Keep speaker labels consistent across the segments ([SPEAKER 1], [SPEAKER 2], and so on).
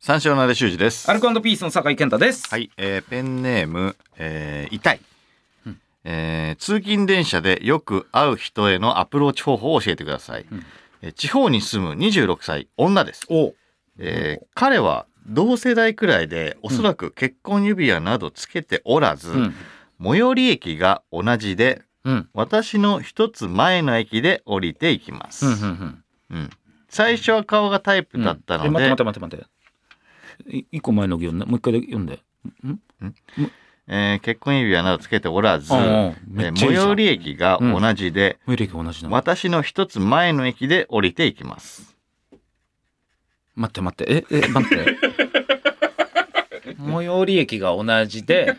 [SPEAKER 1] 三四郎の安修二です
[SPEAKER 2] アルコピースの酒井健太です。
[SPEAKER 1] はい、えーペンネーム、えー痛い、えー通勤電車でよく会う人へのアプローチ方法を教えてください、えー地方に住む26歳女です、
[SPEAKER 2] お
[SPEAKER 1] えー彼は同世代くらいでおそらく結婚指輪などつけておらず、
[SPEAKER 2] うん。
[SPEAKER 1] 最寄り駅が同じで
[SPEAKER 2] うん。
[SPEAKER 1] 私の一つ前の駅で降りていきます、
[SPEAKER 2] うん。うん。
[SPEAKER 1] うん最初は顔がタイ
[SPEAKER 2] う
[SPEAKER 1] プ
[SPEAKER 2] ん。
[SPEAKER 1] だったので、
[SPEAKER 2] え待って待って待って待って。い一個前の行ね。もう一回だけ読んで。
[SPEAKER 1] えー結婚指輪などつけておらず、
[SPEAKER 2] ああ
[SPEAKER 1] えー最寄り
[SPEAKER 2] 駅。
[SPEAKER 1] 駅が同じで、
[SPEAKER 2] 最寄り駅同じなの。
[SPEAKER 1] 私の一つ前の駅で降りていき ます。
[SPEAKER 2] 待って待って。え、え、待って。最寄り駅が同じで、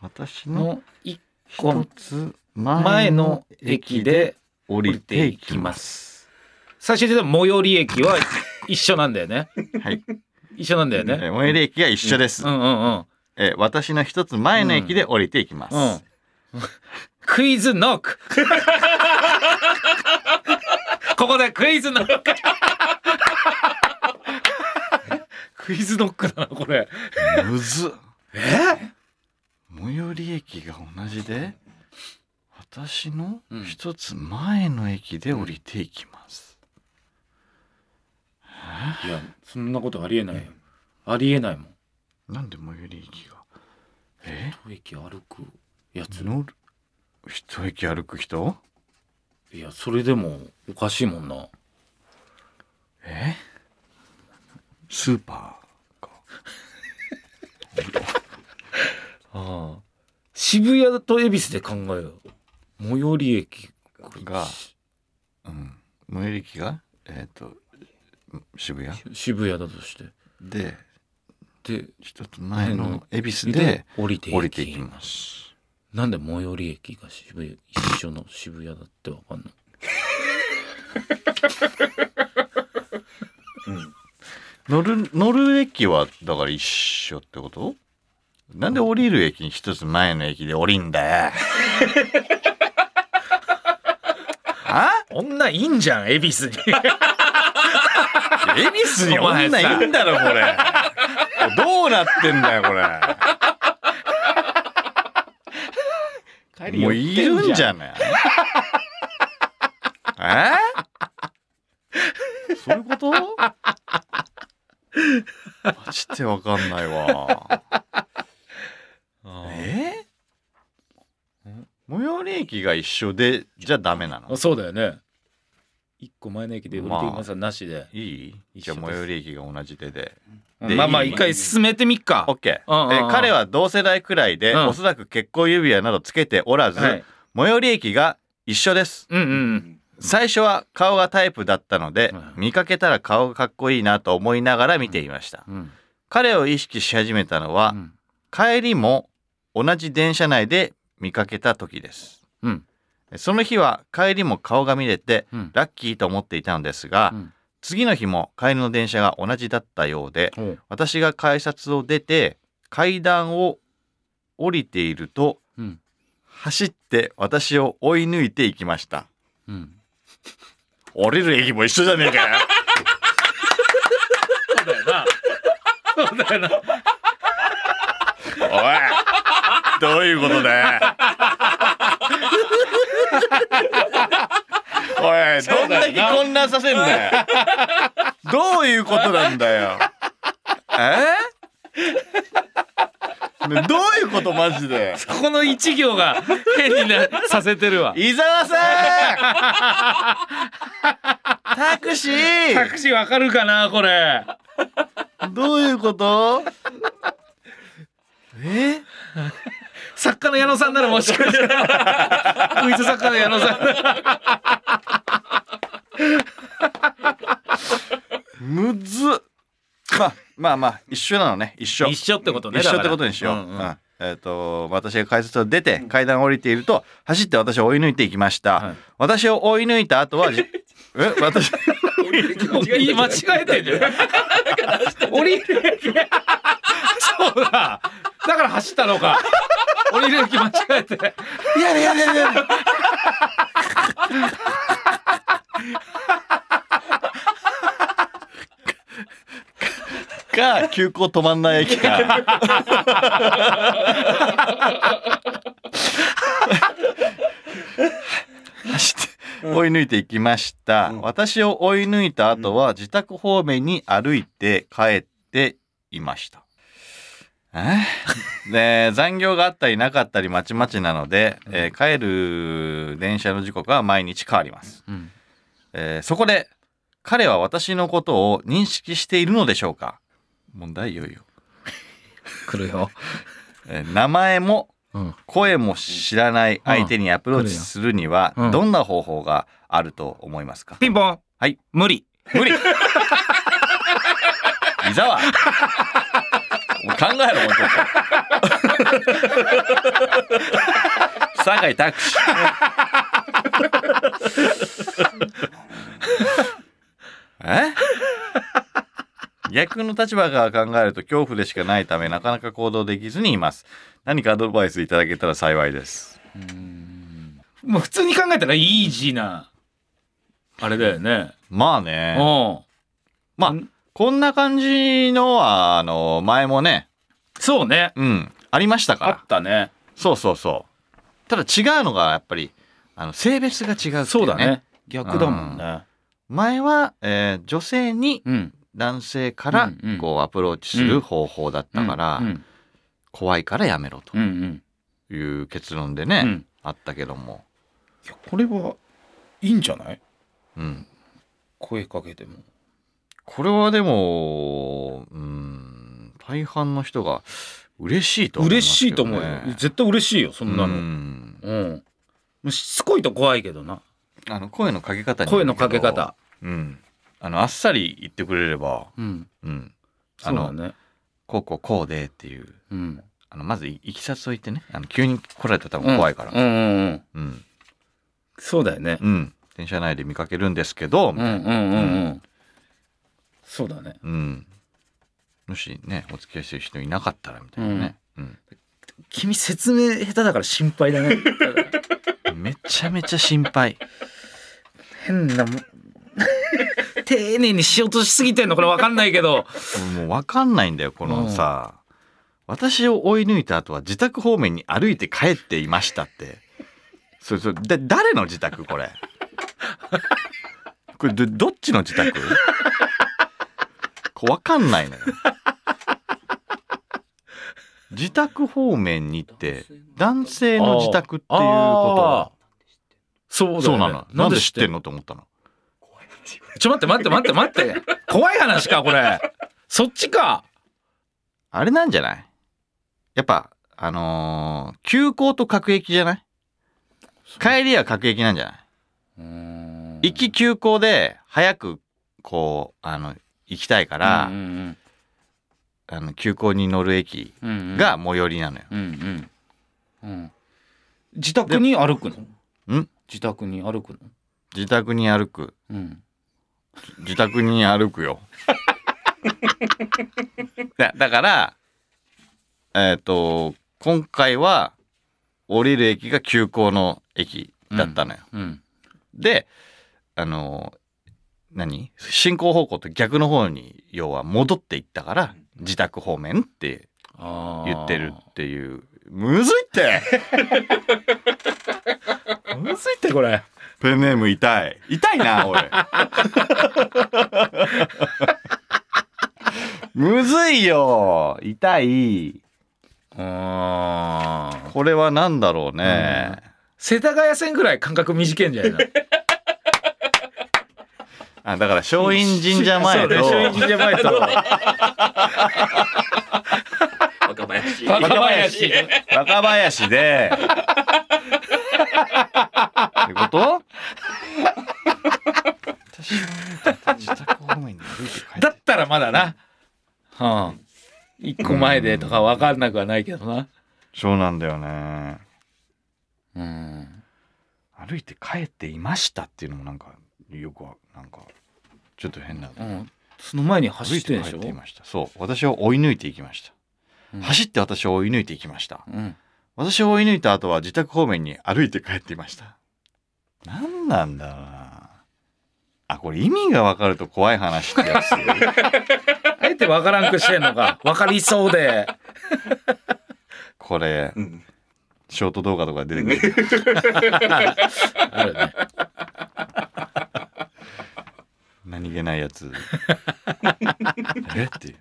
[SPEAKER 1] 私の
[SPEAKER 2] の一個
[SPEAKER 1] 一つ
[SPEAKER 2] 前
[SPEAKER 1] 前
[SPEAKER 2] の
[SPEAKER 1] の
[SPEAKER 2] 駅
[SPEAKER 1] 駅
[SPEAKER 2] で
[SPEAKER 1] で降
[SPEAKER 2] 降
[SPEAKER 1] り
[SPEAKER 2] りて
[SPEAKER 1] て
[SPEAKER 2] い
[SPEAKER 1] い
[SPEAKER 2] き
[SPEAKER 1] き
[SPEAKER 2] ま
[SPEAKER 1] ます。
[SPEAKER 2] す。最初で最寄り駅は一緒なんだよね。
[SPEAKER 1] はい。
[SPEAKER 2] 一緒なんだよ
[SPEAKER 1] えー
[SPEAKER 2] ね。
[SPEAKER 1] 最寄り駅が一緒です
[SPEAKER 2] う。んうんうん。
[SPEAKER 1] えー私の一つ前の駅で降りていきま
[SPEAKER 2] うん
[SPEAKER 1] す。。
[SPEAKER 2] クイズノック。ここでクイズノック。クイズノックだなこれ。
[SPEAKER 1] むずっ。
[SPEAKER 2] え？
[SPEAKER 1] 最寄り駅が同じで、私の
[SPEAKER 2] うん
[SPEAKER 1] 一つ前の駅で降りていきます。
[SPEAKER 2] いやそんなことありえないよ。ありえないもん。
[SPEAKER 1] なんで最寄り駅がえ
[SPEAKER 2] 一駅歩くやつ。
[SPEAKER 1] 乗る一駅歩く人
[SPEAKER 2] いやそれでもおかしいもんな。
[SPEAKER 1] えスーパーか
[SPEAKER 2] ああ。渋谷と恵比寿で考えよう。最寄り駅
[SPEAKER 1] がうん最寄り駅がえっ、と渋谷
[SPEAKER 2] 渋谷だとして。
[SPEAKER 1] で
[SPEAKER 2] で
[SPEAKER 1] 一つ前の恵比寿
[SPEAKER 2] で
[SPEAKER 1] で
[SPEAKER 2] 降りて
[SPEAKER 1] 降りていきます
[SPEAKER 2] なんで最寄り駅が渋谷一緒の渋谷だってわかんない。
[SPEAKER 1] 乗る乗る駅はだから一緒ってことなんで降りる駅に一つ前の駅で降りん だよあ
[SPEAKER 2] 女いいんじゃん恵比寿に。
[SPEAKER 1] 恵比寿に女いんだろこ れどうなってんだよこれ もういるんじゃない え そういうことマジでわかんないわ え最寄り駅が一緒でじゃダメなの
[SPEAKER 2] そうだよね。一個前の駅で降りていきますはなしで。
[SPEAKER 1] いい
[SPEAKER 2] 一
[SPEAKER 1] じ
[SPEAKER 2] 緒
[SPEAKER 1] ゃ
[SPEAKER 2] です
[SPEAKER 1] あ最寄り駅が同じでで
[SPEAKER 2] ま
[SPEAKER 1] で
[SPEAKER 2] あまあ
[SPEAKER 1] いい
[SPEAKER 2] 一回進めてみっか
[SPEAKER 1] オ。ッケ
[SPEAKER 2] うんうんうん
[SPEAKER 1] ー。え彼は同世代くらいで、
[SPEAKER 2] うん
[SPEAKER 1] おそらく結婚指輪などつけておらず、
[SPEAKER 2] はい。
[SPEAKER 1] 最寄り駅が一緒です。
[SPEAKER 2] うんうん
[SPEAKER 1] 最初は顔がタイプだったので、
[SPEAKER 2] うん
[SPEAKER 1] 見かけたら顔がかっこいいなと思いながら見ていました。
[SPEAKER 2] うん。
[SPEAKER 1] 彼を意識し始めたのは、
[SPEAKER 2] うん
[SPEAKER 1] 帰りも同じ電車内で見かけた時です。
[SPEAKER 2] うん
[SPEAKER 1] その日は帰りも顔が見れて、
[SPEAKER 2] うん
[SPEAKER 1] ラッキーと思っていたのですが、
[SPEAKER 2] うん
[SPEAKER 1] 次の日も帰りの電車が同じだったようで、
[SPEAKER 2] おう
[SPEAKER 1] 私が改札を出て階段を降りていると
[SPEAKER 2] うん
[SPEAKER 1] 走って私を追い抜いていきました
[SPEAKER 2] うん。
[SPEAKER 1] 降りる駅も一緒じゃねえかよ
[SPEAKER 2] そうだよな。そうだよ な。
[SPEAKER 1] おいどういうことだよおいどんだけ混乱させんだよどういうことなんだよえねどういうことマジで
[SPEAKER 2] ここの一行が変になさせてるわ。
[SPEAKER 1] 伊沢さんタクシ
[SPEAKER 2] タ
[SPEAKER 1] ー
[SPEAKER 2] クシーわかるかなこれ。
[SPEAKER 1] どういうことえ
[SPEAKER 2] 作家の矢野さんならもしかした らクイズ作家の矢野さんなら
[SPEAKER 1] むずっまあまあまあ一緒なのね一緒
[SPEAKER 2] 一緒ってことね
[SPEAKER 1] 一緒ってことにしよう、
[SPEAKER 2] だからうんうん
[SPEAKER 1] うんえっ、と私が改札を出て階段を降りていると走って私を追い抜いていきました、
[SPEAKER 2] はい
[SPEAKER 1] 私を追い抜いた後はじ え私
[SPEAKER 2] 間違えて んじゃん降りる駅そうだだから走ったのか降りる駅間違えて
[SPEAKER 1] いやいやいやいや。か急行止まんない駅か走って追い抜いていきました、
[SPEAKER 2] うん
[SPEAKER 1] 私を追い抜いた後は自宅方面に歩いて帰っていましたえーで残業があったりなかったりまちまちなので、えー帰る電車の時刻は毎日変わります
[SPEAKER 3] うん
[SPEAKER 1] えーそこで彼は私のことを認識しているのでしょうか問題いよいよ、
[SPEAKER 3] 来るよ。
[SPEAKER 1] えー名前も
[SPEAKER 3] うん。
[SPEAKER 1] 声も知らない相手にアプロー
[SPEAKER 3] 来
[SPEAKER 1] チ
[SPEAKER 3] るよ
[SPEAKER 1] するには
[SPEAKER 3] うん
[SPEAKER 1] どんな方法があると思いますか、
[SPEAKER 3] ピンポン。
[SPEAKER 1] はい。
[SPEAKER 3] 無理。
[SPEAKER 1] 無理伊沢お前考えろもうちょっと酒井拓司え逆の立場から考えると恐怖でしかないためなかなか行動できずにいます何かアドバイスいただけたら幸いです
[SPEAKER 3] もう普通に考えたらイージーな。あれだよね。
[SPEAKER 1] まあ
[SPEAKER 3] う
[SPEAKER 1] ね
[SPEAKER 3] ん。
[SPEAKER 1] まあ
[SPEAKER 3] ん
[SPEAKER 1] こんな感じのはあの前もね
[SPEAKER 3] そうね。
[SPEAKER 1] うんありましたか
[SPEAKER 3] あ
[SPEAKER 1] ら
[SPEAKER 3] ったね。
[SPEAKER 1] そうそうそうただ違うのがやっぱりあの性別が違うっていね
[SPEAKER 3] そうだね。
[SPEAKER 1] 逆だもんね。前は、えー女性に
[SPEAKER 3] うん。
[SPEAKER 1] 男性から
[SPEAKER 3] うんうん
[SPEAKER 1] こうアプローチする方法だったから、
[SPEAKER 3] うん
[SPEAKER 1] 怖いからやめろ
[SPEAKER 3] うんうん。
[SPEAKER 1] という結論で
[SPEAKER 3] う
[SPEAKER 1] ね、
[SPEAKER 3] ん。
[SPEAKER 1] あったけども、
[SPEAKER 2] いやこれはいいんじゃない
[SPEAKER 1] うん、
[SPEAKER 2] 声かけても
[SPEAKER 1] これはでもうん大半の人が嬉しいと思いま
[SPEAKER 2] 嬉
[SPEAKER 1] す
[SPEAKER 2] し
[SPEAKER 1] け
[SPEAKER 2] いと
[SPEAKER 1] ど
[SPEAKER 2] 思
[SPEAKER 1] ね、
[SPEAKER 2] うよ絶対嬉しいよそんなの
[SPEAKER 1] うん
[SPEAKER 2] うん、しつこいと怖いけどな
[SPEAKER 1] あの声のかけ方による
[SPEAKER 2] 声
[SPEAKER 1] け
[SPEAKER 2] の
[SPEAKER 1] ど
[SPEAKER 2] かけ方
[SPEAKER 1] うん、あのあっさり言ってくれれば、
[SPEAKER 2] うん
[SPEAKER 1] うん、あ
[SPEAKER 2] そう
[SPEAKER 1] の
[SPEAKER 2] だね
[SPEAKER 1] こうこうこうでっていう
[SPEAKER 2] うん
[SPEAKER 1] あのまずいいきさつを言ってねあの急に来られたら多分怖いから、
[SPEAKER 2] うんうんうん
[SPEAKER 1] うん
[SPEAKER 2] そうだよね
[SPEAKER 1] うん電車内で見かけるんですけど、
[SPEAKER 2] うんうんうんうんそうだね
[SPEAKER 1] うんもしねお付き合いしてる人いなかったらみたいなね、うん
[SPEAKER 2] 君説明下手だから心配だ ね
[SPEAKER 1] めちゃめちゃ心配
[SPEAKER 2] 変なもん 丁寧にしようとしすぎてんのこれわかんないけど
[SPEAKER 1] もう分かんないんだよこのさ、私を追い抜いた後は自宅方面に歩いて帰っていましたってそれそれだ誰の自宅これこれどどっちの自宅こ分かんないのよ自宅方面にって男性の自宅っていうことは
[SPEAKER 2] あーそうだよね
[SPEAKER 1] そうなのなんで知ってん
[SPEAKER 2] の
[SPEAKER 1] のと思ったの
[SPEAKER 3] ちょ待って待って待って待って。怖い話かこれ。そっちか。
[SPEAKER 1] あれなんじゃないやっぱ、あのー急行と各駅じゃない帰りは各駅なんじゃな
[SPEAKER 2] うーん
[SPEAKER 1] い行き急行で、早く、こう、あの、行きたいから、
[SPEAKER 2] うんうん
[SPEAKER 1] あの急行に乗る駅
[SPEAKER 2] うんうんうん
[SPEAKER 1] が最寄りなのよ。
[SPEAKER 2] うんうんうん自宅に歩くの
[SPEAKER 1] ん
[SPEAKER 2] 自宅に歩くの
[SPEAKER 1] 自宅に歩く。
[SPEAKER 2] うん
[SPEAKER 1] 自宅に歩く よ。だだから、えっ、と、今回は、降りる駅が急行の駅だったのよ。
[SPEAKER 2] うん
[SPEAKER 1] であの何進行方向と逆の方に要は戻っていったから自宅方面って言ってるっていうむずいって
[SPEAKER 3] むずいってこれ。
[SPEAKER 1] ペンネーム痛い痛いな 俺むずいよ痛い
[SPEAKER 2] あー
[SPEAKER 1] これは何だろうね、
[SPEAKER 3] 世田谷線ぐらい間隔短いんじゃないの。
[SPEAKER 1] あだから松陰神社前と
[SPEAKER 3] そうね松陰神社前と。
[SPEAKER 4] 若林。
[SPEAKER 3] 若林。
[SPEAKER 1] 若林で。ってこと私自宅方面に歩いて帰
[SPEAKER 3] だったらまだな。うん。一個前でとかわかんなくはないけどな。
[SPEAKER 1] そうなんだよね。
[SPEAKER 2] うん
[SPEAKER 1] 歩いて帰っていましたっていうのもなんか、よくわなんか、ちょっと変な。
[SPEAKER 2] うんその前に走
[SPEAKER 1] 歩
[SPEAKER 2] っ
[SPEAKER 1] い
[SPEAKER 2] て
[SPEAKER 1] て
[SPEAKER 2] んで
[SPEAKER 1] 帰
[SPEAKER 2] し
[SPEAKER 1] っ
[SPEAKER 2] ょ
[SPEAKER 1] ていました。そう。私を追い抜いていきました。
[SPEAKER 2] うん
[SPEAKER 1] 走って私を追い抜いていきました。
[SPEAKER 2] うん
[SPEAKER 1] 私を追い抜いた後は自宅方面に歩いて帰っていました。何なん だろうな。あ、これ意味がわかると怖い話ってやつ。
[SPEAKER 2] あえてわからんくしてんの か。わかりそうで。
[SPEAKER 1] これ
[SPEAKER 4] うん
[SPEAKER 1] ショート動画とか出てくる
[SPEAKER 2] あるね。
[SPEAKER 1] 何気ないやつえっていう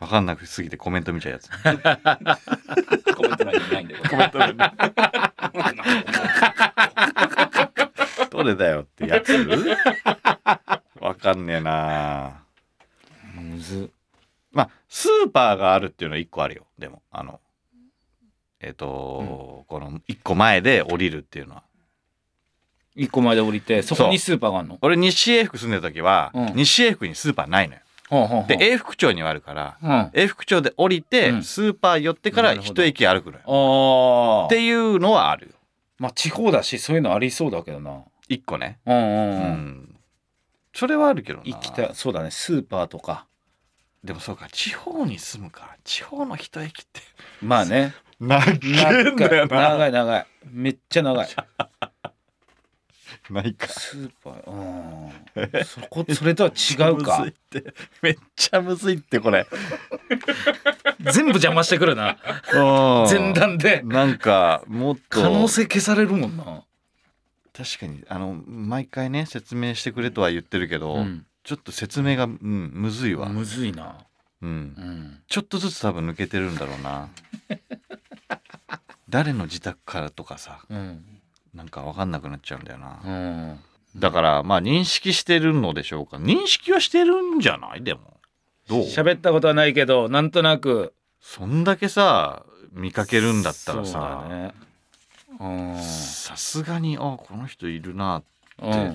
[SPEAKER 1] 分かんなくすぎてコメント見ちゃうやつ
[SPEAKER 4] コメント欄にいないんだよ。
[SPEAKER 1] コメント欄にどれだよってやつわかんねえな
[SPEAKER 2] むず。
[SPEAKER 1] まあスーパーがあるっていうのは一個あるよでもあのえっ、と、この一個前で降りるっていうのは
[SPEAKER 2] 一個前で降りて、そこにスーパーがあるの。
[SPEAKER 1] 俺西英福住んでた時は、
[SPEAKER 2] うん
[SPEAKER 1] 西英福にスーパーないのよ
[SPEAKER 2] ほうほうほう
[SPEAKER 1] で、永福町にはあるから
[SPEAKER 2] うん。あ
[SPEAKER 1] 永福町で降りて、
[SPEAKER 2] うん
[SPEAKER 1] スーパー寄ってから
[SPEAKER 2] なるほ
[SPEAKER 1] 一
[SPEAKER 2] ど
[SPEAKER 1] 駅歩くのよ
[SPEAKER 2] あ。
[SPEAKER 1] っていうのはあるよ
[SPEAKER 2] まあ地方だしそういうのありそうだけどな。
[SPEAKER 1] 一個ね
[SPEAKER 2] うんうん
[SPEAKER 1] う、
[SPEAKER 2] うんん。
[SPEAKER 1] それはあるけどな
[SPEAKER 2] 行きたいそうだねスーパーとか。
[SPEAKER 1] でもそうか地方に住むから地方の一駅って
[SPEAKER 2] まあね。
[SPEAKER 1] 長
[SPEAKER 2] 長
[SPEAKER 1] い
[SPEAKER 2] い
[SPEAKER 1] んだよな
[SPEAKER 2] 長い長い。めっちゃ 長い。
[SPEAKER 1] ないか
[SPEAKER 2] スーパー。うん。そこそれとは違うか
[SPEAKER 1] むずい。ってめっちゃむずいってこれ
[SPEAKER 2] 全部邪魔してくるな。前
[SPEAKER 1] 前
[SPEAKER 2] 段で
[SPEAKER 1] なんかもっと
[SPEAKER 2] 可能性消されるもんな。
[SPEAKER 1] 確かにあの毎回ね説明してくれとは言ってるけど、
[SPEAKER 2] うん。
[SPEAKER 1] ちょっと説明が、うん、むずいわ、
[SPEAKER 2] むずいな。
[SPEAKER 1] うん
[SPEAKER 2] う、ん。
[SPEAKER 1] ちょっとずつ多分抜けてるんだろう な誰の自宅からとかさ
[SPEAKER 2] うん。
[SPEAKER 1] なんか分かんなくなっちゃうんだよな、
[SPEAKER 2] うん。
[SPEAKER 1] だからまあ認識してるのでしょうか認識はしてるんじゃないでもどう
[SPEAKER 2] 喋ったことはないけどなんとなく
[SPEAKER 1] そんだけさ見かけるんだったら
[SPEAKER 2] そう
[SPEAKER 1] さ
[SPEAKER 2] だね。うん。
[SPEAKER 1] さすがにあこの人いるなって
[SPEAKER 2] うん
[SPEAKER 1] な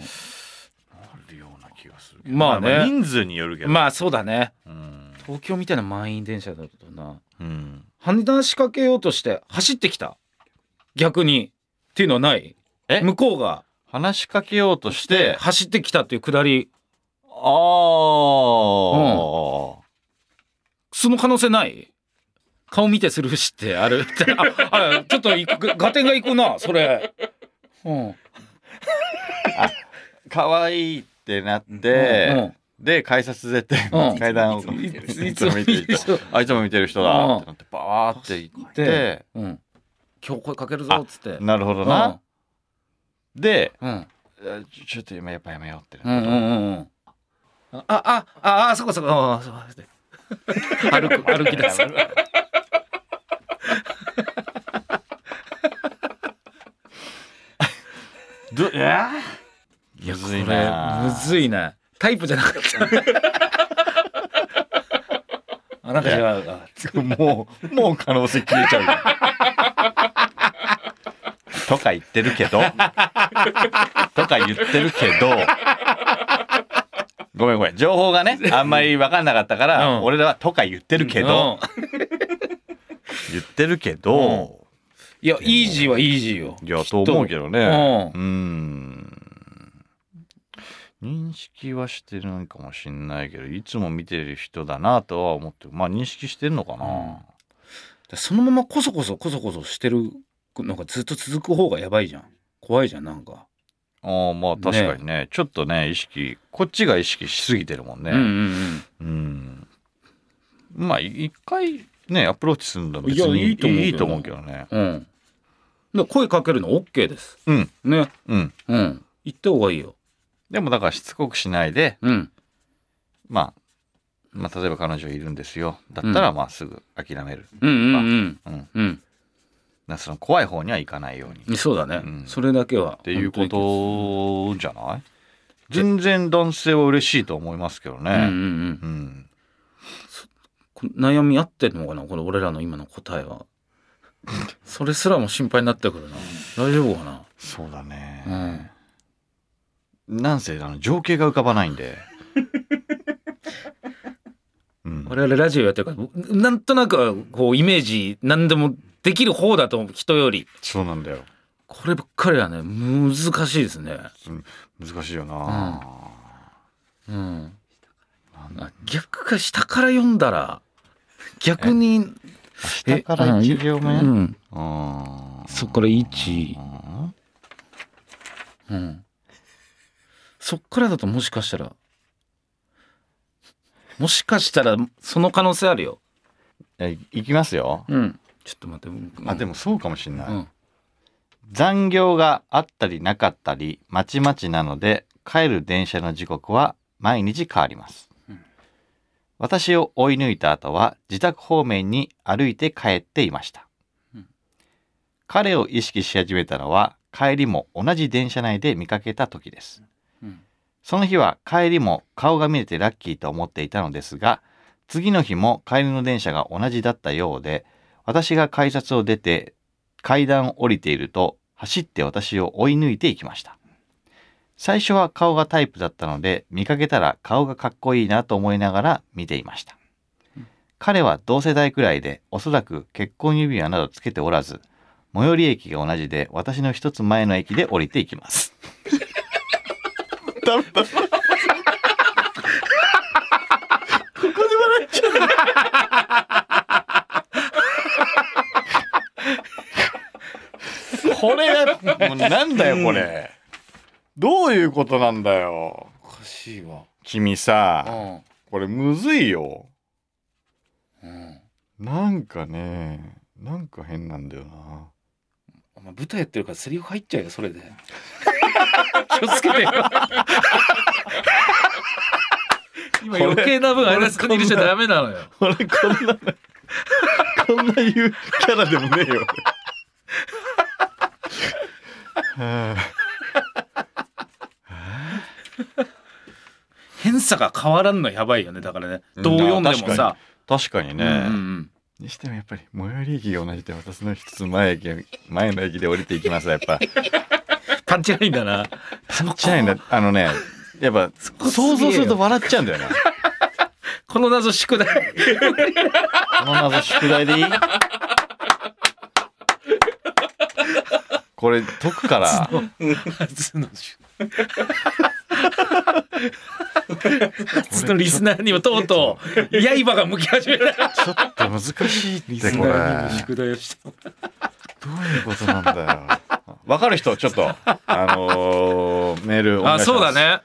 [SPEAKER 1] るような気がするけど
[SPEAKER 2] まあね
[SPEAKER 1] 人数によるけど、
[SPEAKER 2] まあそうだね。
[SPEAKER 1] うん、
[SPEAKER 2] 東京みたいな満員電車だとな
[SPEAKER 1] うん、
[SPEAKER 2] 話しかけようとして走ってきた逆にっていうのはない
[SPEAKER 1] え
[SPEAKER 2] 向こうが
[SPEAKER 1] 話しかけようとして
[SPEAKER 2] 走ってきたっていうくだり
[SPEAKER 1] ああ、
[SPEAKER 2] その可能性ない顔見てスルーしてある ああちょっと行く合点がいくなそれ、うん
[SPEAKER 1] 可愛いってなって、
[SPEAKER 2] うん
[SPEAKER 1] で改札出て、
[SPEAKER 2] うん
[SPEAKER 1] 階段を
[SPEAKER 4] いつも見てる
[SPEAKER 1] いつも見てる人あいつも見てる人だってなってバーって行って、
[SPEAKER 2] うん、今日声かけるぞっつって
[SPEAKER 1] なるほどな、で
[SPEAKER 2] うん
[SPEAKER 1] えちょちょっと今やっぱやめようって
[SPEAKER 2] うん
[SPEAKER 1] なっ
[SPEAKER 2] うん
[SPEAKER 1] て、
[SPEAKER 2] うんうんああああそこそこあそこそこ 歩く歩き出す
[SPEAKER 1] どいやーむ
[SPEAKER 2] こ
[SPEAKER 1] ず
[SPEAKER 2] れ
[SPEAKER 1] いな
[SPEAKER 2] むずいなタイプじゃなかった あなんか違うか
[SPEAKER 1] もうもう可能性消えちゃうよとか言ってるけどとか言ってるけどごめんごめん情報が ねあんまり分かんなかったから、
[SPEAKER 2] うん
[SPEAKER 1] 俺らはとか言ってるけど、
[SPEAKER 2] うん
[SPEAKER 1] 言ってるけど、
[SPEAKER 2] いやイージーはイージーよ
[SPEAKER 1] いやと思うけどね
[SPEAKER 2] う
[SPEAKER 1] うん認識はしてないかもしんないけどいつも見てる人だなとは思ってるまあ認識してんのかな、
[SPEAKER 2] うんそのままコソコソコソコソしてるのがずっと続く方がやばいじゃん怖いじゃんなんか、
[SPEAKER 1] ああまあ確かにねちょっとね意識こっちが意識しすぎてるもんね
[SPEAKER 2] うんうん
[SPEAKER 1] うんまあい一回ねアプローチするのも別
[SPEAKER 2] いや
[SPEAKER 1] に
[SPEAKER 2] いいと思うけど
[SPEAKER 1] いいと思うけどね
[SPEAKER 2] うんうんだから声かけるの OK です
[SPEAKER 1] うん
[SPEAKER 2] ね
[SPEAKER 1] うん
[SPEAKER 2] うん言った方がいいよ
[SPEAKER 1] でもだからしつこくしないで、
[SPEAKER 2] うん
[SPEAKER 1] まあ、まあ例えば彼女いるんですよだったらまあすぐ諦める、
[SPEAKER 2] うんうん
[SPEAKER 1] うん、
[SPEAKER 2] うん
[SPEAKER 1] なその怖い方にはいかないように
[SPEAKER 2] うんそうだね、
[SPEAKER 1] うん
[SPEAKER 2] それだけはっ
[SPEAKER 1] っていうことじゃない全然男性は嬉しいと思いますけど
[SPEAKER 2] うんうんう
[SPEAKER 1] ね。
[SPEAKER 2] ん
[SPEAKER 1] うん。
[SPEAKER 2] こ悩み合ってるのかなこれ俺らの今の答えはそれすらも心配になってくるな大丈夫かな
[SPEAKER 1] そうだね。
[SPEAKER 2] うん
[SPEAKER 1] なんせあの情景が浮かばないん で。うん、
[SPEAKER 2] 我々ラジオやってるからなんとなくこうイメージ何でもできる方だと思う人より
[SPEAKER 1] そうなんだよ
[SPEAKER 2] こればっかりはね難しいですね
[SPEAKER 1] 難しいよな、
[SPEAKER 2] うん
[SPEAKER 1] なん
[SPEAKER 2] あ逆か下から読んだら逆に
[SPEAKER 1] 下から一行目、
[SPEAKER 2] う
[SPEAKER 1] うん
[SPEAKER 2] んそっから1うんそっからだともしかしたらもしかしたらその可能性あるよ。
[SPEAKER 1] えいきますよ。
[SPEAKER 2] うん。ちょっと待って。
[SPEAKER 1] あで
[SPEAKER 2] も。
[SPEAKER 1] もそうかもしんない、
[SPEAKER 2] うん。
[SPEAKER 1] 残業があったりなかったりまちまちなので帰る電車の時刻は毎日変わります、私を追い抜いた後は自宅方面に歩いて帰っていました、
[SPEAKER 2] うん
[SPEAKER 1] 彼を意識し始めたのは帰りも同じ電車内で見かけた時です、
[SPEAKER 2] うん
[SPEAKER 1] その日は帰りも顔が見れてラッキーと思っていたのですが次の日も帰りの電車が同じだったようで私が改札を出て階段を降りていると走って私を追い抜いていきました最初は顔がタイプだったので見かけたら顔がかっこいいなと思いながら見ていました彼は同世代くらいでおそらく結婚指輪などつけておらず最寄り駅が同じで私の一つ前の駅で降りていきますダメだこれがもうなんだよこれ、どういうことなんだよ
[SPEAKER 4] おかしいわ。
[SPEAKER 1] 君さこれむずいよ
[SPEAKER 4] うん。
[SPEAKER 1] なんかねなんか変なんだよな
[SPEAKER 4] お前舞台やってるからセリフ入っちゃうよそ れで。
[SPEAKER 3] 気をつけてよ今余計な分あれですかに入れちゃダメなのよ
[SPEAKER 1] 俺こんなこんな言うキャラでもねえよ
[SPEAKER 2] 偏差が変わらんのやばいよねだからねどう読んでもさ、
[SPEAKER 1] 確かにね、
[SPEAKER 2] うんうん
[SPEAKER 1] にしてもやっぱり最寄り駅が同じで私の一つ前駅前の駅で降りていきますやっぱ
[SPEAKER 3] パンチライン だな
[SPEAKER 1] ちなみにあのねやっぱ
[SPEAKER 3] こ
[SPEAKER 1] 想像すると笑っちゃうんだよな
[SPEAKER 3] この謎宿題
[SPEAKER 1] この謎宿題でいいこれ解くから
[SPEAKER 3] 初の初のリスナーにもとうとう刃が向き始めた
[SPEAKER 1] ちょっと難しいってこれどう
[SPEAKER 3] 宿題をした
[SPEAKER 1] いうことなんだよわかる人ちょっとあのーメールお願い
[SPEAKER 3] あ
[SPEAKER 1] します
[SPEAKER 3] そうだね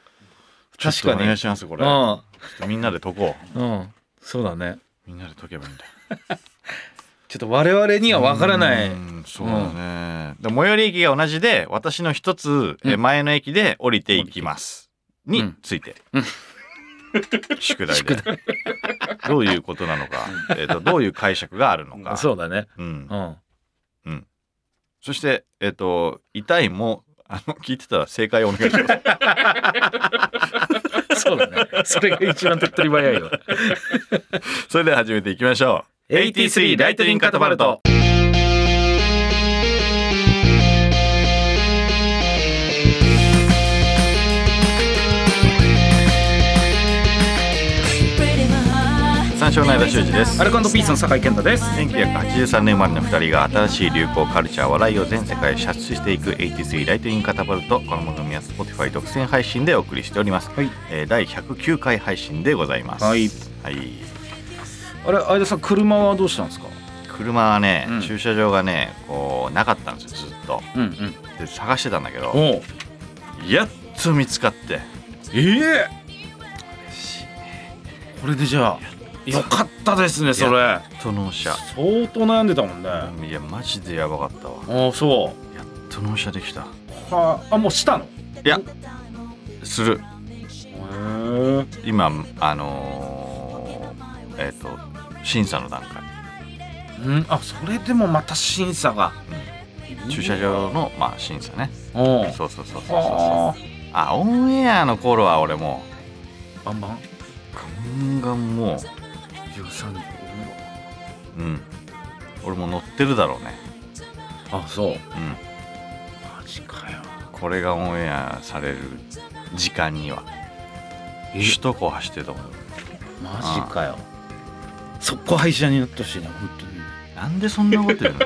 [SPEAKER 1] ちょっとお願いしますこれ、
[SPEAKER 3] う
[SPEAKER 1] ちょ
[SPEAKER 3] ん
[SPEAKER 1] っとみんなで解こ
[SPEAKER 3] うんそうだね
[SPEAKER 1] うみんなで解けばいいんだよ
[SPEAKER 3] ちょっと我々にはわからないう
[SPEAKER 1] ーんそうだね、で最寄り駅が同じで私の一つえ前の駅で降りていきます、について、宿題でどういうことなのか、えー、とどういう解釈があるのか、
[SPEAKER 3] そうだね
[SPEAKER 1] うん
[SPEAKER 3] う、ん
[SPEAKER 1] そして、えー、と痛いもあの聞いてたら正解をお願いし ます
[SPEAKER 3] そうだね それが一番手っ取り早いわ
[SPEAKER 1] それでは始めていきましょう
[SPEAKER 3] 83ライトニングカタパルト
[SPEAKER 1] 三照の間修二です
[SPEAKER 3] アルコピースの酒井健太です
[SPEAKER 1] 1983年生まれの2人が新しい流行カルチャー笑いを全世界へ射出していく83ライトインカタパルトこの番組は Spotify 独占配信でお送りしております、
[SPEAKER 3] はい
[SPEAKER 1] えー第109回配信でございます
[SPEAKER 2] はい、
[SPEAKER 1] はい
[SPEAKER 2] あれ相田さん車はどうしたんですか
[SPEAKER 1] 車はね、
[SPEAKER 2] うん
[SPEAKER 1] 駐車場がねこうなかったんですよずっと
[SPEAKER 2] うんうん
[SPEAKER 1] で探してたんだけど
[SPEAKER 2] おう
[SPEAKER 1] やっと見つかって
[SPEAKER 2] ええこれでじゃあよかったですねそれ
[SPEAKER 1] と納車
[SPEAKER 2] 相当悩んでたもんね
[SPEAKER 1] いやマジでやばかったわ
[SPEAKER 2] ああそ
[SPEAKER 1] と納車できた
[SPEAKER 2] うはあもうしたの
[SPEAKER 1] いやする
[SPEAKER 2] へ
[SPEAKER 1] 今あのーえっ、と審査の段階
[SPEAKER 2] えんあそれでもまた審査が
[SPEAKER 1] 駐車場のまあ審査ね
[SPEAKER 2] おう
[SPEAKER 1] そうそうそうそうそう
[SPEAKER 2] あ
[SPEAKER 1] あオンエアの頃は俺も
[SPEAKER 2] バンバン
[SPEAKER 1] うガンガンも
[SPEAKER 2] 13
[SPEAKER 1] ううん俺も乗ってるだろうね
[SPEAKER 2] あそう
[SPEAKER 1] うん
[SPEAKER 2] マジかよ
[SPEAKER 1] これがオンエアされる時間には首都高走ってたもん
[SPEAKER 2] マジかよ速攻廃車になってほしいな本当に
[SPEAKER 1] なんでそんなこと 言うの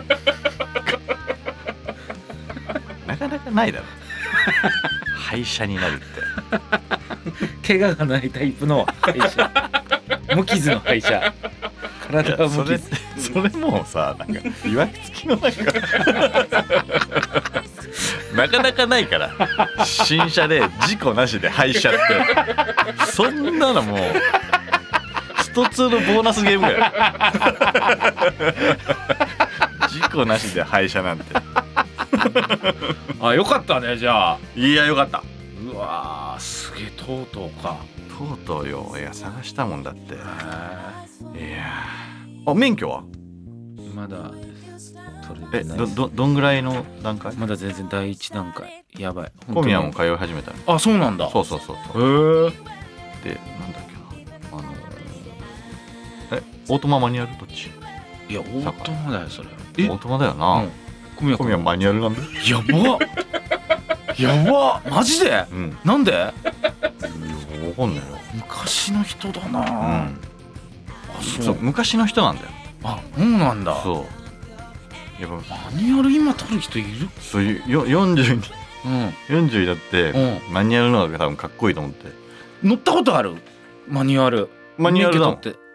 [SPEAKER 1] なかなかないだろ廃車になるって
[SPEAKER 3] 怪我がないタイプの廃車 無傷の廃車
[SPEAKER 1] いや
[SPEAKER 3] 体は無
[SPEAKER 1] それ
[SPEAKER 3] 傷
[SPEAKER 1] ってそれもうさなんかいわくつきのなんかなかなかないから新車で事故なしで廃車ってそんなのもうスト2のボーナスゲーム や事故なしで廃車なんて
[SPEAKER 3] あよかったねじゃあ
[SPEAKER 1] いやよかった
[SPEAKER 3] うわーすげえとうとうか
[SPEAKER 1] とうとうよいや探したもんだってい
[SPEAKER 3] へー
[SPEAKER 1] やーあ免許は
[SPEAKER 2] まだ取れ
[SPEAKER 1] え
[SPEAKER 2] てない
[SPEAKER 1] どどどんぐらいの段階
[SPEAKER 2] まだ全然第一段階やばい
[SPEAKER 1] 小宮も
[SPEAKER 2] 本
[SPEAKER 1] 通い始めたの
[SPEAKER 2] 当にあそうなんだ
[SPEAKER 1] そうそうそうそう
[SPEAKER 2] へー
[SPEAKER 1] でなんだっけなあのえオートママニュアルどっち
[SPEAKER 2] いやオートマだよそれ
[SPEAKER 1] オ
[SPEAKER 2] え
[SPEAKER 1] ートマだよな、
[SPEAKER 2] うん小宮
[SPEAKER 1] 小
[SPEAKER 2] 君
[SPEAKER 1] 宮
[SPEAKER 2] や
[SPEAKER 1] マニュアルなんだ
[SPEAKER 2] ばっやばっマジで
[SPEAKER 1] うん
[SPEAKER 2] なんで
[SPEAKER 1] 分かんないよ
[SPEAKER 2] 昔の人だな、
[SPEAKER 1] う
[SPEAKER 2] あ
[SPEAKER 1] んそ
[SPEAKER 2] そうう
[SPEAKER 1] 昔の人なんだよ
[SPEAKER 2] あそうなんだ
[SPEAKER 1] そうやっぱ
[SPEAKER 2] マニュアル今取る人いる
[SPEAKER 1] そういうよ40に
[SPEAKER 2] うん
[SPEAKER 1] 40になって、
[SPEAKER 2] うん
[SPEAKER 1] マニュアルの方が多分かっこいいと思って
[SPEAKER 2] 乗ったことあるマニュアル
[SPEAKER 1] マニュアルだもん
[SPEAKER 2] 免許取って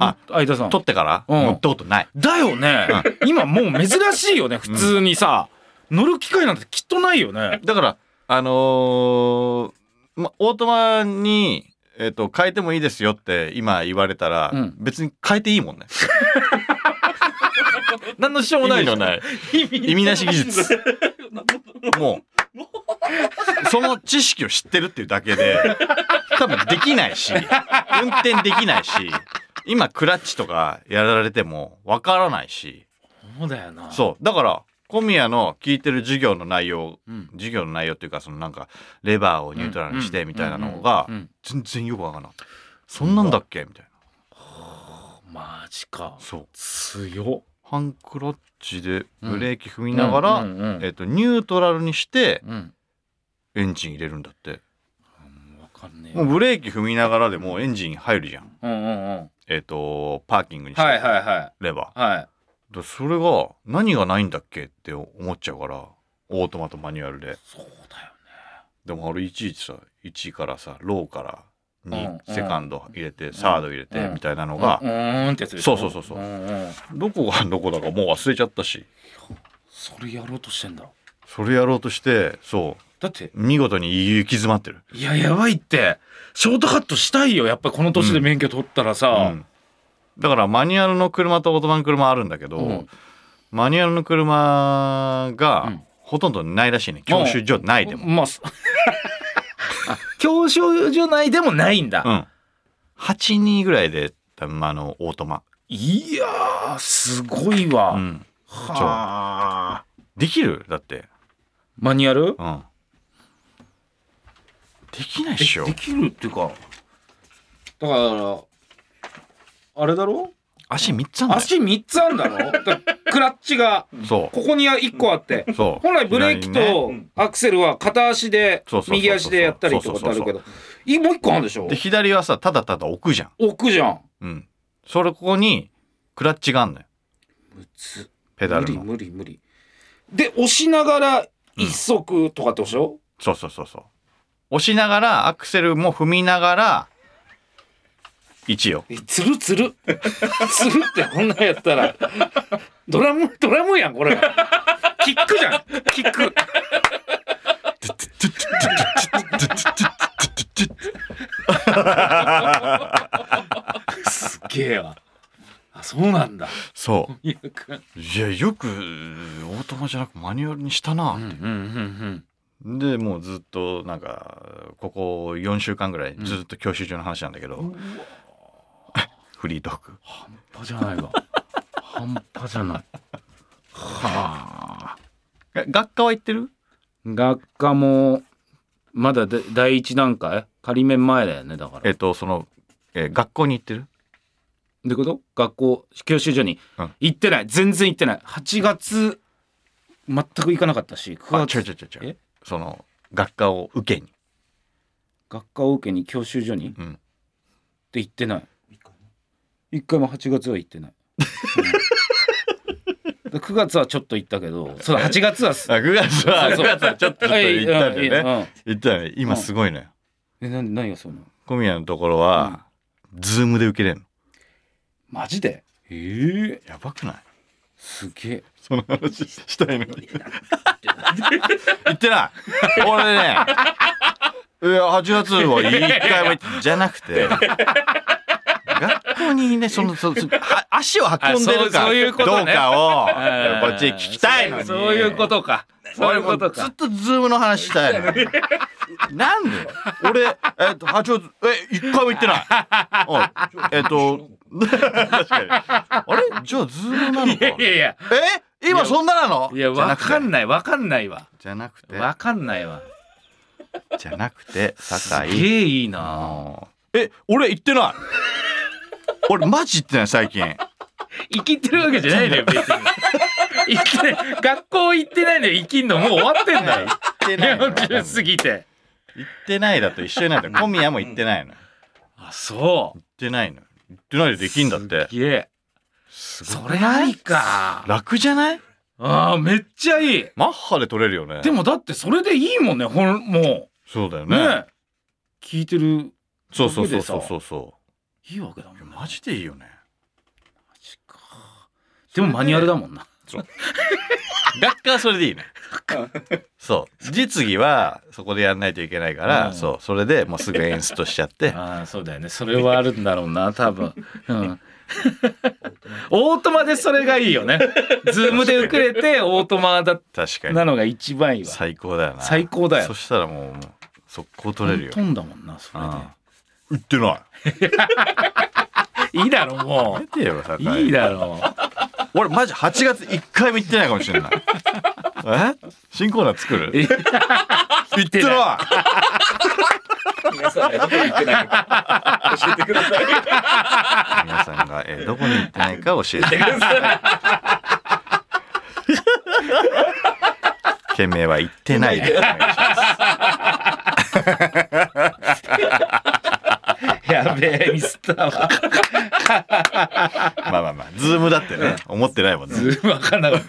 [SPEAKER 1] あ
[SPEAKER 2] あ相田さん
[SPEAKER 1] 取ってから
[SPEAKER 2] うん
[SPEAKER 1] 乗ったことない、
[SPEAKER 2] だよね、今もう珍しいよね普通にさ、乗る機会なんてきっとないよね
[SPEAKER 1] だからあのーま、オートマにえっと変えてもいいですよって今言われたら、
[SPEAKER 2] うん
[SPEAKER 1] 別に変えていいもんね
[SPEAKER 2] 何の支障
[SPEAKER 1] 意
[SPEAKER 2] もない
[SPEAKER 1] 味
[SPEAKER 2] でし
[SPEAKER 1] の
[SPEAKER 2] ょ
[SPEAKER 1] ない意味なし技 術もうその知識を知ってるっていうだけで多分できないし運転できないし今クラッチとかやられてもわからないし
[SPEAKER 2] そうだよな
[SPEAKER 1] そうだから小宮の聞いてる授業の内容
[SPEAKER 2] う、ん、
[SPEAKER 1] 授業の内容っていうかそのなんかレバーをニュートラルにしてみたいなのが
[SPEAKER 2] うんうん
[SPEAKER 1] 全然よくわからなかったそんなんだっけみたいな
[SPEAKER 2] マジか
[SPEAKER 1] そう
[SPEAKER 2] 強
[SPEAKER 1] ハンクラッチでブレーキ踏みなが
[SPEAKER 2] う
[SPEAKER 1] ら
[SPEAKER 2] んうんうん
[SPEAKER 1] えっとニュートラルにして
[SPEAKER 2] うん
[SPEAKER 1] エンジン入れるんだって
[SPEAKER 2] わかんねえ
[SPEAKER 1] もうブレーキ踏みながらでもうエンジン入るじゃん。
[SPEAKER 2] うんうんうん
[SPEAKER 1] えっ、と、パーキングにして、
[SPEAKER 2] はいはいは
[SPEAKER 1] レバ
[SPEAKER 2] いはい
[SPEAKER 1] ー。でそれが、何がないんだっけって思っちゃうから、オートマとマニュアルで。
[SPEAKER 2] そうだよ
[SPEAKER 1] でもあれ、いちいちさ、1からさ、ローから
[SPEAKER 2] うん
[SPEAKER 1] 2、
[SPEAKER 2] うん
[SPEAKER 1] セカンド入れて、サード入れて、
[SPEAKER 2] うん
[SPEAKER 1] みたいなのが
[SPEAKER 2] がう、ーんってやつでしょ
[SPEAKER 1] そうそうそうそう
[SPEAKER 2] うんうん
[SPEAKER 1] どこがどこだかもう忘れちゃったし、
[SPEAKER 2] それやろうとしてんだ
[SPEAKER 1] それやろうとして、そ
[SPEAKER 2] だって
[SPEAKER 1] う、見事に行き詰まってる。
[SPEAKER 2] いややばいってショートカットしたいよやっぱこの年で免許取ったらさ、
[SPEAKER 1] うんだから、マニュアルの車とオートマの車あるんだけど、
[SPEAKER 2] うん
[SPEAKER 1] マニュアルの車
[SPEAKER 2] う
[SPEAKER 1] が
[SPEAKER 2] ん、
[SPEAKER 1] ほとんどないらしいね。教習所ないでも。
[SPEAKER 2] まあすあ教習所内でもないんだ、
[SPEAKER 1] うん。8、2ぐらいで、多分あの、オートマ。
[SPEAKER 2] いやーすごいわ、
[SPEAKER 1] うん。
[SPEAKER 2] はあ
[SPEAKER 1] できるだって。
[SPEAKER 2] マニュアル
[SPEAKER 1] うん。できないっ
[SPEAKER 2] え
[SPEAKER 1] しょ
[SPEAKER 2] で。きるっていうかだからあれだろ
[SPEAKER 1] 足3つあんだよ。
[SPEAKER 3] 足3つあるん だろだからクラッチが
[SPEAKER 1] そ
[SPEAKER 3] ここに1個あって
[SPEAKER 1] う。そう。
[SPEAKER 3] 本来ブレーキ
[SPEAKER 1] 左にね
[SPEAKER 3] とアクセルは片足で
[SPEAKER 1] そうそうそうそう
[SPEAKER 3] 右足でやったりってことあるけどいもう1個あるでしょ
[SPEAKER 1] で、左はさ、ただただ置くじゃん。
[SPEAKER 3] 置くじゃん
[SPEAKER 1] うん。それここに、クラッチがあんのよ。
[SPEAKER 3] むつ
[SPEAKER 1] ペダ
[SPEAKER 3] 無
[SPEAKER 1] ル
[SPEAKER 3] 理
[SPEAKER 1] の。
[SPEAKER 3] 無理無理で押しながら一足とかってことでしょ、
[SPEAKER 1] そうそうそうそう。押しながら、アクセルも踏みながら、1よ。
[SPEAKER 3] えつるつる つるってこんなんやったらドラムドラムやんこれキックじゃんキックすっげえわあそうなんだ
[SPEAKER 1] そ
[SPEAKER 3] いやくん
[SPEAKER 1] う。いや、よく、オートマじゃなくマニュアルにしたな。
[SPEAKER 2] うんうんうん
[SPEAKER 1] でもうずっとなんかここ4週間ぐらいずっと教習所の話なんだけど、 フリートーク
[SPEAKER 2] 半端じゃないわ半端じゃないはあ
[SPEAKER 1] が学科は行ってる
[SPEAKER 2] 学科もまだで第一段階仮面前だよねだから
[SPEAKER 1] えっとその、えー学校に行ってる
[SPEAKER 2] どういうこと学校教習所に
[SPEAKER 1] うん
[SPEAKER 2] 行ってない、全然行ってない8月全く行かなかったし
[SPEAKER 1] あ
[SPEAKER 2] 9
[SPEAKER 1] 違う
[SPEAKER 2] 月
[SPEAKER 1] 違う違う違う
[SPEAKER 2] え
[SPEAKER 1] その学科を受けに
[SPEAKER 2] 学科を受けに教習所に、
[SPEAKER 1] うん
[SPEAKER 2] って行ってない一回も8月は行ってない、うんで9月はちょっと行ったけどその8月は す
[SPEAKER 1] あ9月は
[SPEAKER 2] そ
[SPEAKER 1] 9
[SPEAKER 2] うそう
[SPEAKER 1] 月はちょっとちょっと行ったんだよね
[SPEAKER 2] ね
[SPEAKER 1] 行ったよね今すごいのよ
[SPEAKER 2] えな何がそうなの
[SPEAKER 1] 小宮のところは、ズームで受けれるの
[SPEAKER 3] マジで
[SPEAKER 2] えー、
[SPEAKER 1] やばくない
[SPEAKER 2] すげえ
[SPEAKER 1] その話したいのに。言ってない。俺ね。いや、8月は一回も言ってじゃなくて。学にねそのそそは足を運んでる
[SPEAKER 2] あそう
[SPEAKER 1] か
[SPEAKER 2] そういうこと
[SPEAKER 1] どう
[SPEAKER 2] ね
[SPEAKER 1] かを
[SPEAKER 2] あ
[SPEAKER 1] こ
[SPEAKER 2] ー
[SPEAKER 1] っち聞きたいのに
[SPEAKER 2] そうそういうことかそういうこと
[SPEAKER 1] 俺もず
[SPEAKER 2] か
[SPEAKER 1] っとズームの話したいのになんで俺えっと八王子え一回も行って ないおいえっと 確かにあれじゃあズームなの
[SPEAKER 2] い
[SPEAKER 1] か
[SPEAKER 2] やいやいや
[SPEAKER 1] え今そんななの
[SPEAKER 2] いや
[SPEAKER 1] じゃな
[SPEAKER 2] わ
[SPEAKER 1] くて
[SPEAKER 2] かんないわかんないわ
[SPEAKER 1] じゃなくて
[SPEAKER 2] わかんないわ
[SPEAKER 1] じゃなくて
[SPEAKER 2] すげ
[SPEAKER 1] 酒井
[SPEAKER 2] えいいな
[SPEAKER 1] え俺行ってない俺マジ行ってない最近
[SPEAKER 2] 生きてるわけじゃないのよ別に生きてない学校行ってないのよ生きんのもう終わってんだよ
[SPEAKER 1] ってないの
[SPEAKER 2] 40過ぎて
[SPEAKER 1] 行ってないだと一緒になる小宮も行ってないの行
[SPEAKER 2] あそ
[SPEAKER 1] ってないの行ってないでできんだっ
[SPEAKER 2] う
[SPEAKER 1] て
[SPEAKER 2] すげえそれありか
[SPEAKER 1] 楽じゃない
[SPEAKER 2] あーめっちゃいい
[SPEAKER 1] マッハで取れるよね
[SPEAKER 5] でもだってそれでいいもんねほんも
[SPEAKER 1] そうだよ
[SPEAKER 5] うね
[SPEAKER 1] ね
[SPEAKER 5] 聞いてる
[SPEAKER 1] そうそうそうそうそうそ
[SPEAKER 5] いいわけだもん
[SPEAKER 1] う
[SPEAKER 5] ね
[SPEAKER 1] マジでいいよね
[SPEAKER 5] でもマニュアルだもんな
[SPEAKER 1] 学科はそれでいいね そう実技はそこでやんないといけないから、
[SPEAKER 5] うん
[SPEAKER 1] そうそれでもうすぐ演出としちゃって
[SPEAKER 5] ああそうだよねそれはあるんだろうな多 分うん
[SPEAKER 2] オートマでそれがいいよねズームで受けれてオートマだ
[SPEAKER 1] 確か
[SPEAKER 5] な
[SPEAKER 1] に
[SPEAKER 5] のが一番いいわ
[SPEAKER 1] 最高だよな
[SPEAKER 5] 最高だよ
[SPEAKER 1] そしたらもうもう速攻取れるよ
[SPEAKER 5] 飛んだもんなそれで
[SPEAKER 1] うん行ってない
[SPEAKER 2] いいだろも
[SPEAKER 1] やめてよ酒
[SPEAKER 2] う
[SPEAKER 1] 井
[SPEAKER 2] いいだろ
[SPEAKER 1] 俺マジ8月1回も行ってないかもしれないえ新コーナー作る
[SPEAKER 2] え
[SPEAKER 1] 行ってな
[SPEAKER 6] 皆さんねどこに行ってないか教えてください。
[SPEAKER 1] い皆さんが、えーどこに行ってないか教えて件名は行ってないでお願いします
[SPEAKER 2] やべえミスったわ
[SPEAKER 1] まあまあまあズームだってね思ってないもんね
[SPEAKER 2] ズームわかんなかっ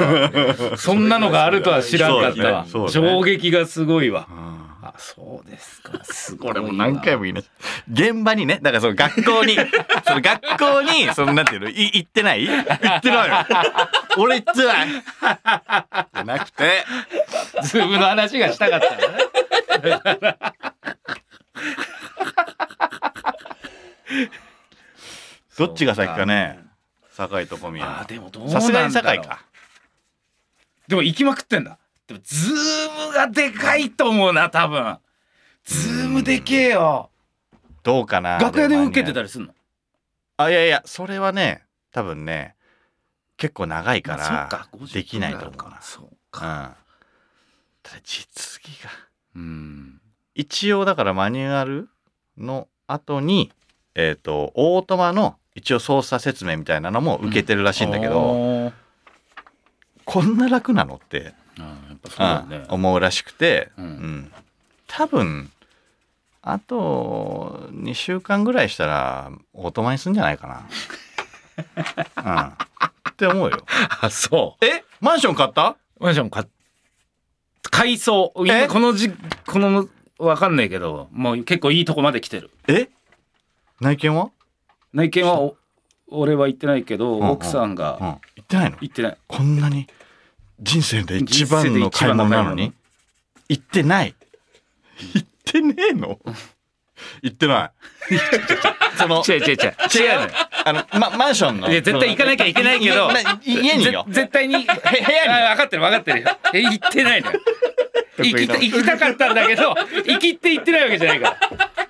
[SPEAKER 2] たそんなのがあるとは知らんかったわ、
[SPEAKER 1] そうだねそうだね
[SPEAKER 2] 衝撃がすごいわ
[SPEAKER 1] うん
[SPEAKER 2] あそうですかすごい
[SPEAKER 1] こ
[SPEAKER 2] わ
[SPEAKER 1] れもう何回も言いな現場にねだからその学校に その学校にそのなんていうのい行ってない行ってないよ俺行ってないじゃなくて
[SPEAKER 2] ズームの話がしたかったのね
[SPEAKER 1] どっちが先かね酒井と小宮
[SPEAKER 2] あでもどうなんだ
[SPEAKER 1] さ
[SPEAKER 2] ろう
[SPEAKER 1] すがに酒井か
[SPEAKER 2] でも行きまくってんだでもズームがでかいと思うな多分ズームでけえよ
[SPEAKER 1] どうかな
[SPEAKER 5] 楽屋で受けて
[SPEAKER 1] も
[SPEAKER 5] たりすんの
[SPEAKER 1] あいやいやそれはね多分ね結構長いか
[SPEAKER 5] まあそっから50
[SPEAKER 1] できないと思うな、
[SPEAKER 5] そう
[SPEAKER 1] うん、ただ実技が
[SPEAKER 5] うん
[SPEAKER 1] 一応だからマニュアルの後にえっ、とオートマの一応操作説明みたいなのも受けてるらしいんだけど、
[SPEAKER 5] あー
[SPEAKER 1] こんな楽なのって、
[SPEAKER 5] うんやっぱそうだ
[SPEAKER 1] うん
[SPEAKER 5] ね
[SPEAKER 1] 思うらしくて、
[SPEAKER 5] うん
[SPEAKER 1] うん多分あと2週間ぐらいしたらオートマにすんじゃないか な。うん、って思うよ。
[SPEAKER 2] あそ
[SPEAKER 1] えマンション買った
[SPEAKER 2] うマンション買っ改装
[SPEAKER 1] え
[SPEAKER 2] 今このじこのわかんないけどもう結構いいとこまで来てる
[SPEAKER 1] え内見は
[SPEAKER 2] 内見はお俺は行ってないけど、
[SPEAKER 1] んうん
[SPEAKER 2] 奥さん
[SPEAKER 1] うん
[SPEAKER 2] が
[SPEAKER 1] 行ってないの
[SPEAKER 2] 行ってない
[SPEAKER 1] こんなに人生で一番の買い物なのに行ってない行ってねえの行ってないその
[SPEAKER 2] 違う違う違う違うのよ
[SPEAKER 1] あの、ま、マンションの
[SPEAKER 2] いや絶対行かなきゃいけないけ ど
[SPEAKER 1] な家によ
[SPEAKER 2] ぜ絶対に部屋に分かってる分かってるよえ行ってないのよ
[SPEAKER 1] 得意
[SPEAKER 2] 行き
[SPEAKER 1] の
[SPEAKER 2] た行きたかったんだけど行きって行ってないわけじゃないか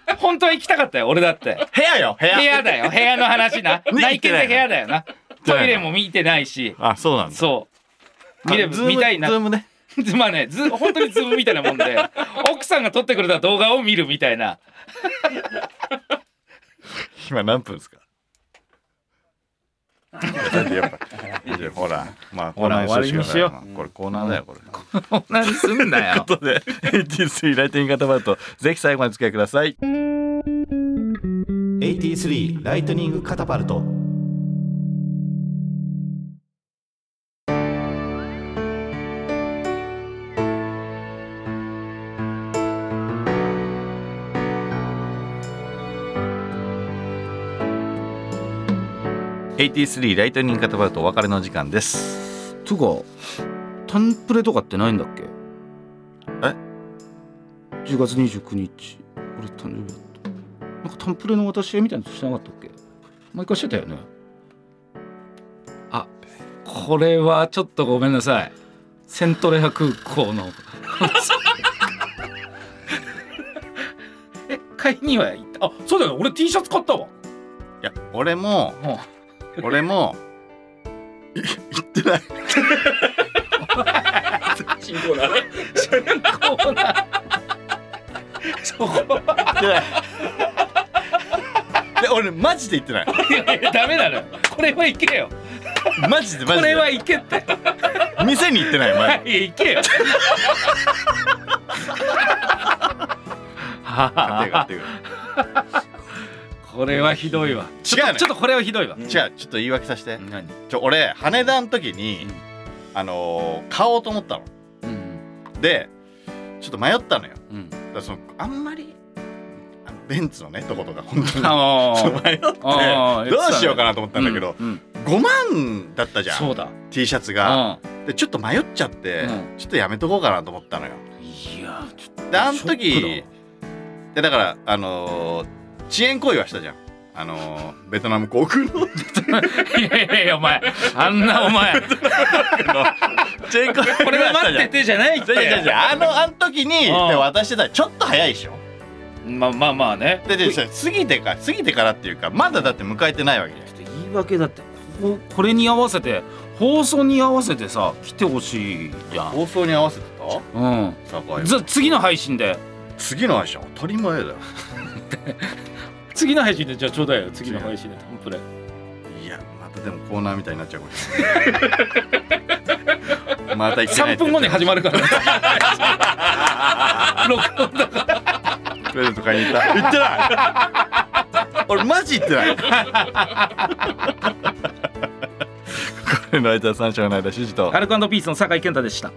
[SPEAKER 2] ら本当は行きたかったよ俺だって
[SPEAKER 1] 部屋よ部屋
[SPEAKER 2] 部屋だよ部屋の話な内見
[SPEAKER 1] 行ってないの
[SPEAKER 2] で部屋だよな
[SPEAKER 1] てない
[SPEAKER 2] ト
[SPEAKER 1] の
[SPEAKER 2] イレも見てないし
[SPEAKER 1] あそうなんだ
[SPEAKER 2] そう見れ
[SPEAKER 1] あ
[SPEAKER 2] ば
[SPEAKER 1] ズーム
[SPEAKER 2] 見たいな
[SPEAKER 1] ズームね
[SPEAKER 2] まあねず本当にズームみたいなもんで奥さんが撮ってくれた動画を見るみたいな
[SPEAKER 1] 今何分ですかだってやっぱいやほらまあコーナーにしてください
[SPEAKER 2] 終わ
[SPEAKER 1] これコーナーだよこれ
[SPEAKER 2] 何すんだよ
[SPEAKER 1] ということで AT3 ライティング型バルトぜひ最後までお付き合いください AT3 ライトニングカタパルト83ライトニングカタパルトお別れの時間です
[SPEAKER 5] つうかタンプレとかってないんだっけ
[SPEAKER 1] え
[SPEAKER 5] 10月29日俺誕生日だったなんかタンプレの私へみたいなのしなかったっけ
[SPEAKER 2] もう一個してたよねあこれはちょっとごめんなさいセントレア空港の え買いには行ったあそうだよ俺 T シャツ買ったわ
[SPEAKER 1] いや俺も
[SPEAKER 2] うん
[SPEAKER 1] 俺もい言ってない
[SPEAKER 4] 新コーナ ー。
[SPEAKER 2] こうな そこ
[SPEAKER 1] 言ってないで俺マジで言ってない
[SPEAKER 2] いやいやダメなのよこれは行けよ
[SPEAKER 1] マジで
[SPEAKER 2] こ
[SPEAKER 1] マジ
[SPEAKER 2] れ
[SPEAKER 1] で
[SPEAKER 2] は行けって
[SPEAKER 1] 店に行ってないマジで
[SPEAKER 2] いや行けよ
[SPEAKER 1] 勝手が勝手が
[SPEAKER 2] これはひどいわちょっ
[SPEAKER 1] 違う
[SPEAKER 2] と
[SPEAKER 1] ね
[SPEAKER 2] ちょっとこれはひどいわ
[SPEAKER 1] 違うちょっと言い訳させて
[SPEAKER 2] 何
[SPEAKER 1] ちょ俺羽田の時に、
[SPEAKER 2] うん
[SPEAKER 1] あのー買おうと思ったの
[SPEAKER 2] うん
[SPEAKER 1] でちょっと迷ったのよ
[SPEAKER 2] うん
[SPEAKER 1] だからそのあんまりあのベンツのねとことか本当に
[SPEAKER 2] あ
[SPEAKER 1] ちょっ
[SPEAKER 2] ー
[SPEAKER 1] と迷
[SPEAKER 2] あ
[SPEAKER 1] って
[SPEAKER 2] ー
[SPEAKER 1] どうしようかなと思ったんだけど、
[SPEAKER 2] うんうん
[SPEAKER 1] 5万だったじゃん
[SPEAKER 2] そうだ
[SPEAKER 1] T シャツが
[SPEAKER 2] あ
[SPEAKER 1] でちょっと迷っちゃって、
[SPEAKER 2] う
[SPEAKER 1] ちょっとやめとこうかなと思ったのよ
[SPEAKER 2] いやちょっと
[SPEAKER 1] であの
[SPEAKER 2] ショッ
[SPEAKER 1] 時
[SPEAKER 2] ク
[SPEAKER 1] でだからあのー遅延行為はしたじゃんあのーベトナム航空 の
[SPEAKER 2] だいやいやいやお前あんなお前
[SPEAKER 1] 遅延行為はしたじゃん
[SPEAKER 2] これは待っててじゃないっ
[SPEAKER 1] じゃじゃじ
[SPEAKER 2] て
[SPEAKER 1] ゃあのあの時にで
[SPEAKER 2] うん
[SPEAKER 1] 渡してたらちょっと早いでしょ
[SPEAKER 2] まあまあまあね
[SPEAKER 1] でで過ぎてか過ぎてからっていうかまだだって迎えてないわけじゃん
[SPEAKER 2] ちょっと言い訳だってこここれに合わせて放送に合わせてさ来てほしいじゃん
[SPEAKER 1] 放送に合わせてた
[SPEAKER 2] うんじゃあ次の配信で
[SPEAKER 1] 次の話は当たり前だよ
[SPEAKER 3] 次の配信でじゃあちょうだいよ次の配信でタンプレ
[SPEAKER 1] いやまたでもコーナーみたいになっちゃうかもしれ ないまた行ってない
[SPEAKER 3] 3
[SPEAKER 1] って
[SPEAKER 3] 分後に始まる から
[SPEAKER 1] プレゼント買いに行った行ってない俺マジ行ってない これの間三章の間主人と
[SPEAKER 2] アルコピースの酒井健太でした